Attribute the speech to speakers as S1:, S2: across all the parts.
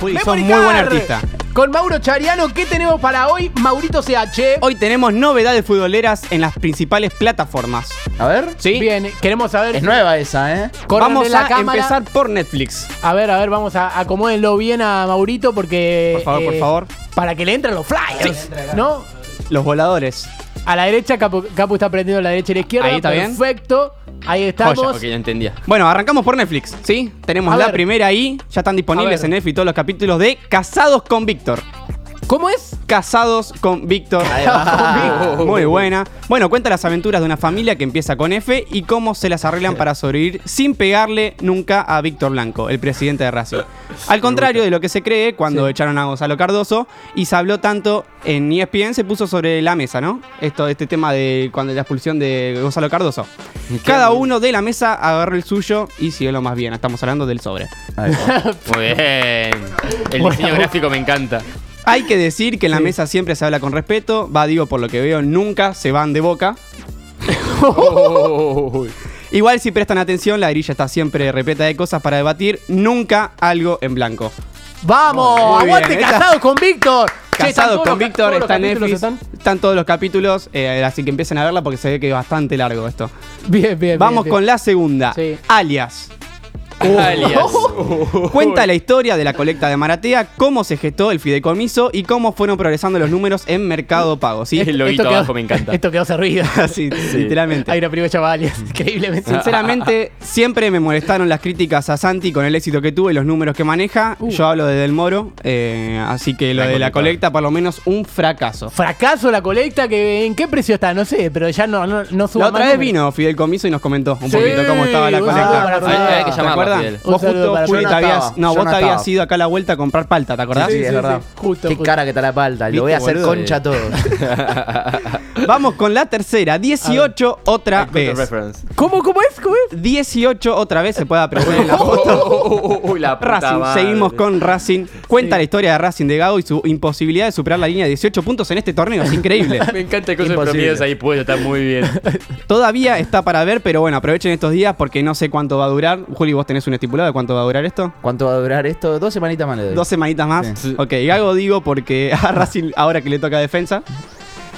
S1: Puli, sos
S2: Memory
S1: muy buen
S2: Card.
S1: artista.
S2: Con Mauro Chariano, ¿qué tenemos para hoy? Maurito CH.
S1: Hoy tenemos novedades futboleras en las principales plataformas.
S3: A ver.
S1: ¿Sí?
S2: Bien, queremos saber.
S3: Es nueva esa, ¿eh?
S2: Córranle
S1: Vamos
S2: la
S1: a
S2: cámara.
S1: empezar por Netflix.
S2: A ver, a ver, vamos a acomódenlo bien a Maurito porque. eh,
S1: Por favor, por favor.
S2: Para que le entren los flyers. ¿No?
S1: Los voladores.
S2: A la derecha, Capu, Capu está prendiendo la derecha y la izquierda.
S1: Ahí está bien.
S2: Perfecto. Ahí estamos.
S4: Joya, ok, ya entendía.
S1: Bueno, arrancamos por Netflix, ¿sí? Tenemos
S2: A
S1: la
S2: ver.
S1: primera ahí. Ya están disponibles
S2: ver.
S1: en Netflix todos los capítulos de Casados con Víctor.
S2: ¿Cómo es?
S1: Casados con Víctor. Muy buena. Bueno, cuenta las aventuras de una familia que empieza con F y cómo se las arreglan para sobrevivir sin pegarle nunca a Víctor Blanco, el presidente de Racing. Al contrario de lo que se cree cuando echaron a Gonzalo Cardoso y se habló tanto en E ESPN, se puso sobre la mesa, ¿no? Esto, este tema de cuando la expulsión de Gonzalo Cardoso. Cada uno de la mesa agarró el suyo y siguió lo más bien. Estamos hablando del sobre.
S3: Ahí va.
S4: Muy bien. El diseño gráfico me encanta.
S1: Hay que decir que en la mesa siempre se habla con respeto. Va, digo, por lo que veo, nunca se van de boca. Igual si prestan atención, la grilla está siempre repleta de cosas para debatir, nunca algo en blanco.
S2: ¡Vamos!
S1: Muy bien,
S2: ¡Aguante
S1: esta-
S2: casados con Víctor! Che, ¿están
S1: Casados
S2: todos
S1: con
S2: los-
S1: Víctor,
S2: todos los
S1: está en
S2: capítulos
S1: Netflix,
S2: están?
S1: están? todos los capítulos, eh, así que empiecen a verla porque se ve que es bastante largo esto.
S2: Bien, bien.
S1: Vamos
S2: bien,
S1: con la segunda,
S2: Sí.
S1: Alias.
S4: Alias.
S1: Cuenta la historia de la colecta de Maratea, cómo se gestó el fideicomiso y cómo fueron progresando los números en Mercado Pago, ¿sí?
S4: El
S2: bien.
S4: loguito
S2: quedó-
S4: abajo me encanta.
S2: Esto quedó servido.
S1: Así, literalmente.
S2: Hay una primera llamada alias, increíblemente.
S1: Ah. Sinceramente, siempre me molestaron las críticas a Santi con el éxito que tuvo y los números que maneja.
S2: Uh.
S1: Yo hablo de Del Moro, eh, así que lo
S4: Está
S1: de la
S4: complicado.
S1: colecta, por lo menos, un fracaso.
S2: Fracaso la colecta, que ¿en qué precio está? No sé, pero ya no, no, no sube
S1: La otra
S2: más
S1: vez
S2: números.
S1: vino Fidel Comiso y nos comentó un
S2: Sí,
S1: poquito cómo estaba la
S2: un
S1: colecta.
S2: saludo para
S1: ¿Te
S2: Fidel.
S4: Hay que llamarlo a
S1: acuerdas?
S4: Fidel.
S2: Un
S1: Vos
S2: saludo
S1: justo,
S2: para
S1: Juli,
S2: Fidel.
S1: te
S3: Yo no
S1: habías,
S3: estaba,
S1: no,
S3: yo
S1: vos
S3: no
S1: te habías
S3: estaba.
S1: ido acá a la vuelta a comprar palta, ¿te acordás?
S3: Sí, es verdad.
S2: justo,
S3: Qué
S2: justo.
S3: cara que está la palta. Lo
S1: Viste,
S3: voy a hacer
S1: boludo,
S3: concha
S1: eh.
S3: a todos.
S1: Vamos con la tercera, 18 otra
S4: Cultural
S1: vez.
S4: reference.
S2: ¿Cómo, cómo es? ¿Cómo es?
S1: 18 otra vez se puede aprender en la foto.
S4: Uy, la puta
S1: Racing,
S4: madre.
S1: seguimos con Racing. Cuenta la historia de Racing de Gago y su imposibilidad de superar la línea de 18 puntos en este torneo. Es increíble.
S4: Me encanta que usen
S3: Imposible.
S4: promedios ahí puesto, está muy bien.
S1: Todavía está para ver, pero bueno, aprovechen estos días porque no sé cuánto va a durar. Juli, ¿vos tenés un estipulado de cuánto va a durar esto?
S3: ¿Cuánto va a durar esto? Dos semanitas más le doy.
S1: Dos semanitas más.
S4: Sí.
S1: Ok, Gago digo porque a Racing ahora que le toca defensa.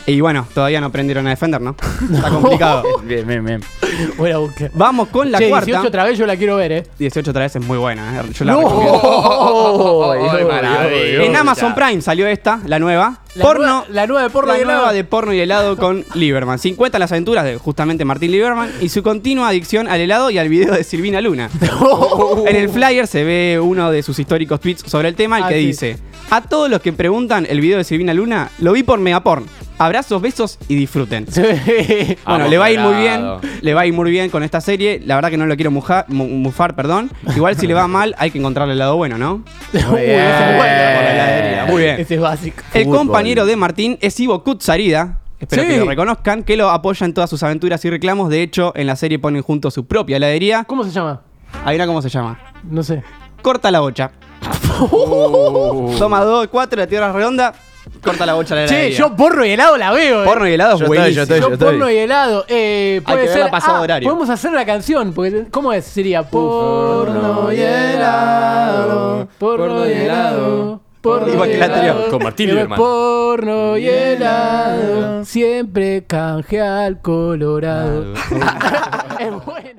S1: Y bueno, todavía no aprendieron a defender, ¿no? Está complicado.
S3: Bien, bien, bien.
S2: Buena búsqueda.
S1: Vamos con la
S2: che,
S1: cuarta.
S2: 18 otra vez yo la quiero ver, ¿eh?
S1: 18 otra vez es muy buena, ¿eh? Yo la recomiendo.
S3: ¡Oh!
S4: Ay, maravilla.
S1: En Amazon Prime salió esta, la nueva.
S2: La
S1: porno.
S2: nueva- la nueva de porno
S1: la
S2: y helado.
S1: nueva de porno y helado con Lieberman. 50 las aventuras de justamente Martín Lieberman y su continua adicción al helado y al video de Silvina Luna.
S2: Oh.
S1: en el flyer se ve uno de sus históricos tweets sobre el tema, el
S2: Ah,
S1: que
S2: sí.
S1: dice: A todos los que preguntan el video de Silvina Luna, lo vi por Megaporn. Abrazos, besos y disfruten.
S2: Sí.
S1: Bueno,
S4: Vamos,
S1: le va a ir muy bien,
S4: Colorado.
S1: le va a ir muy bien con esta serie. La verdad que no lo quiero muja- mu- mufar, perdón. Igual si le va mal, hay que encontrarle el lado bueno, ¿no?
S2: Uy, ese es bueno.
S1: Por la heladería. Muy bien.
S2: Ese es básico.
S1: El
S3: Fútbol.
S1: compañero de Martín es Ivo Kutsarida. Espero
S2: Sí.
S1: que lo reconozcan, que lo apoya en todas sus aventuras y reclamos. De hecho, en la serie ponen junto su propia heladería.
S2: ¿Cómo se llama?
S1: Adivina cómo se llama.
S2: No sé.
S1: Corta la bocha. Toma dos, cuatro, la tierra redonda. Corta la bocha a la
S2: Che,
S1: heladería.
S2: yo porro y helado la veo, ¿eh?
S1: Porno y helado es
S3: Yo estoy,
S1: buenísimo.
S3: yo estoy,
S2: Yo,
S3: yo
S2: porno y helado. Eh,
S1: Hay
S2: puede
S1: que
S2: ser.
S1: verla pasado horario.
S2: Podemos hacer la canción. Porque, ¿Cómo es? Sería porno y helado. Porno y helado. Porno
S1: Igual
S2: y
S1: que la anterior,
S2: helado,
S4: con Martín
S2: y luego
S4: Lieberman.
S2: Porno y helado. Siempre canje al colorado. es buena.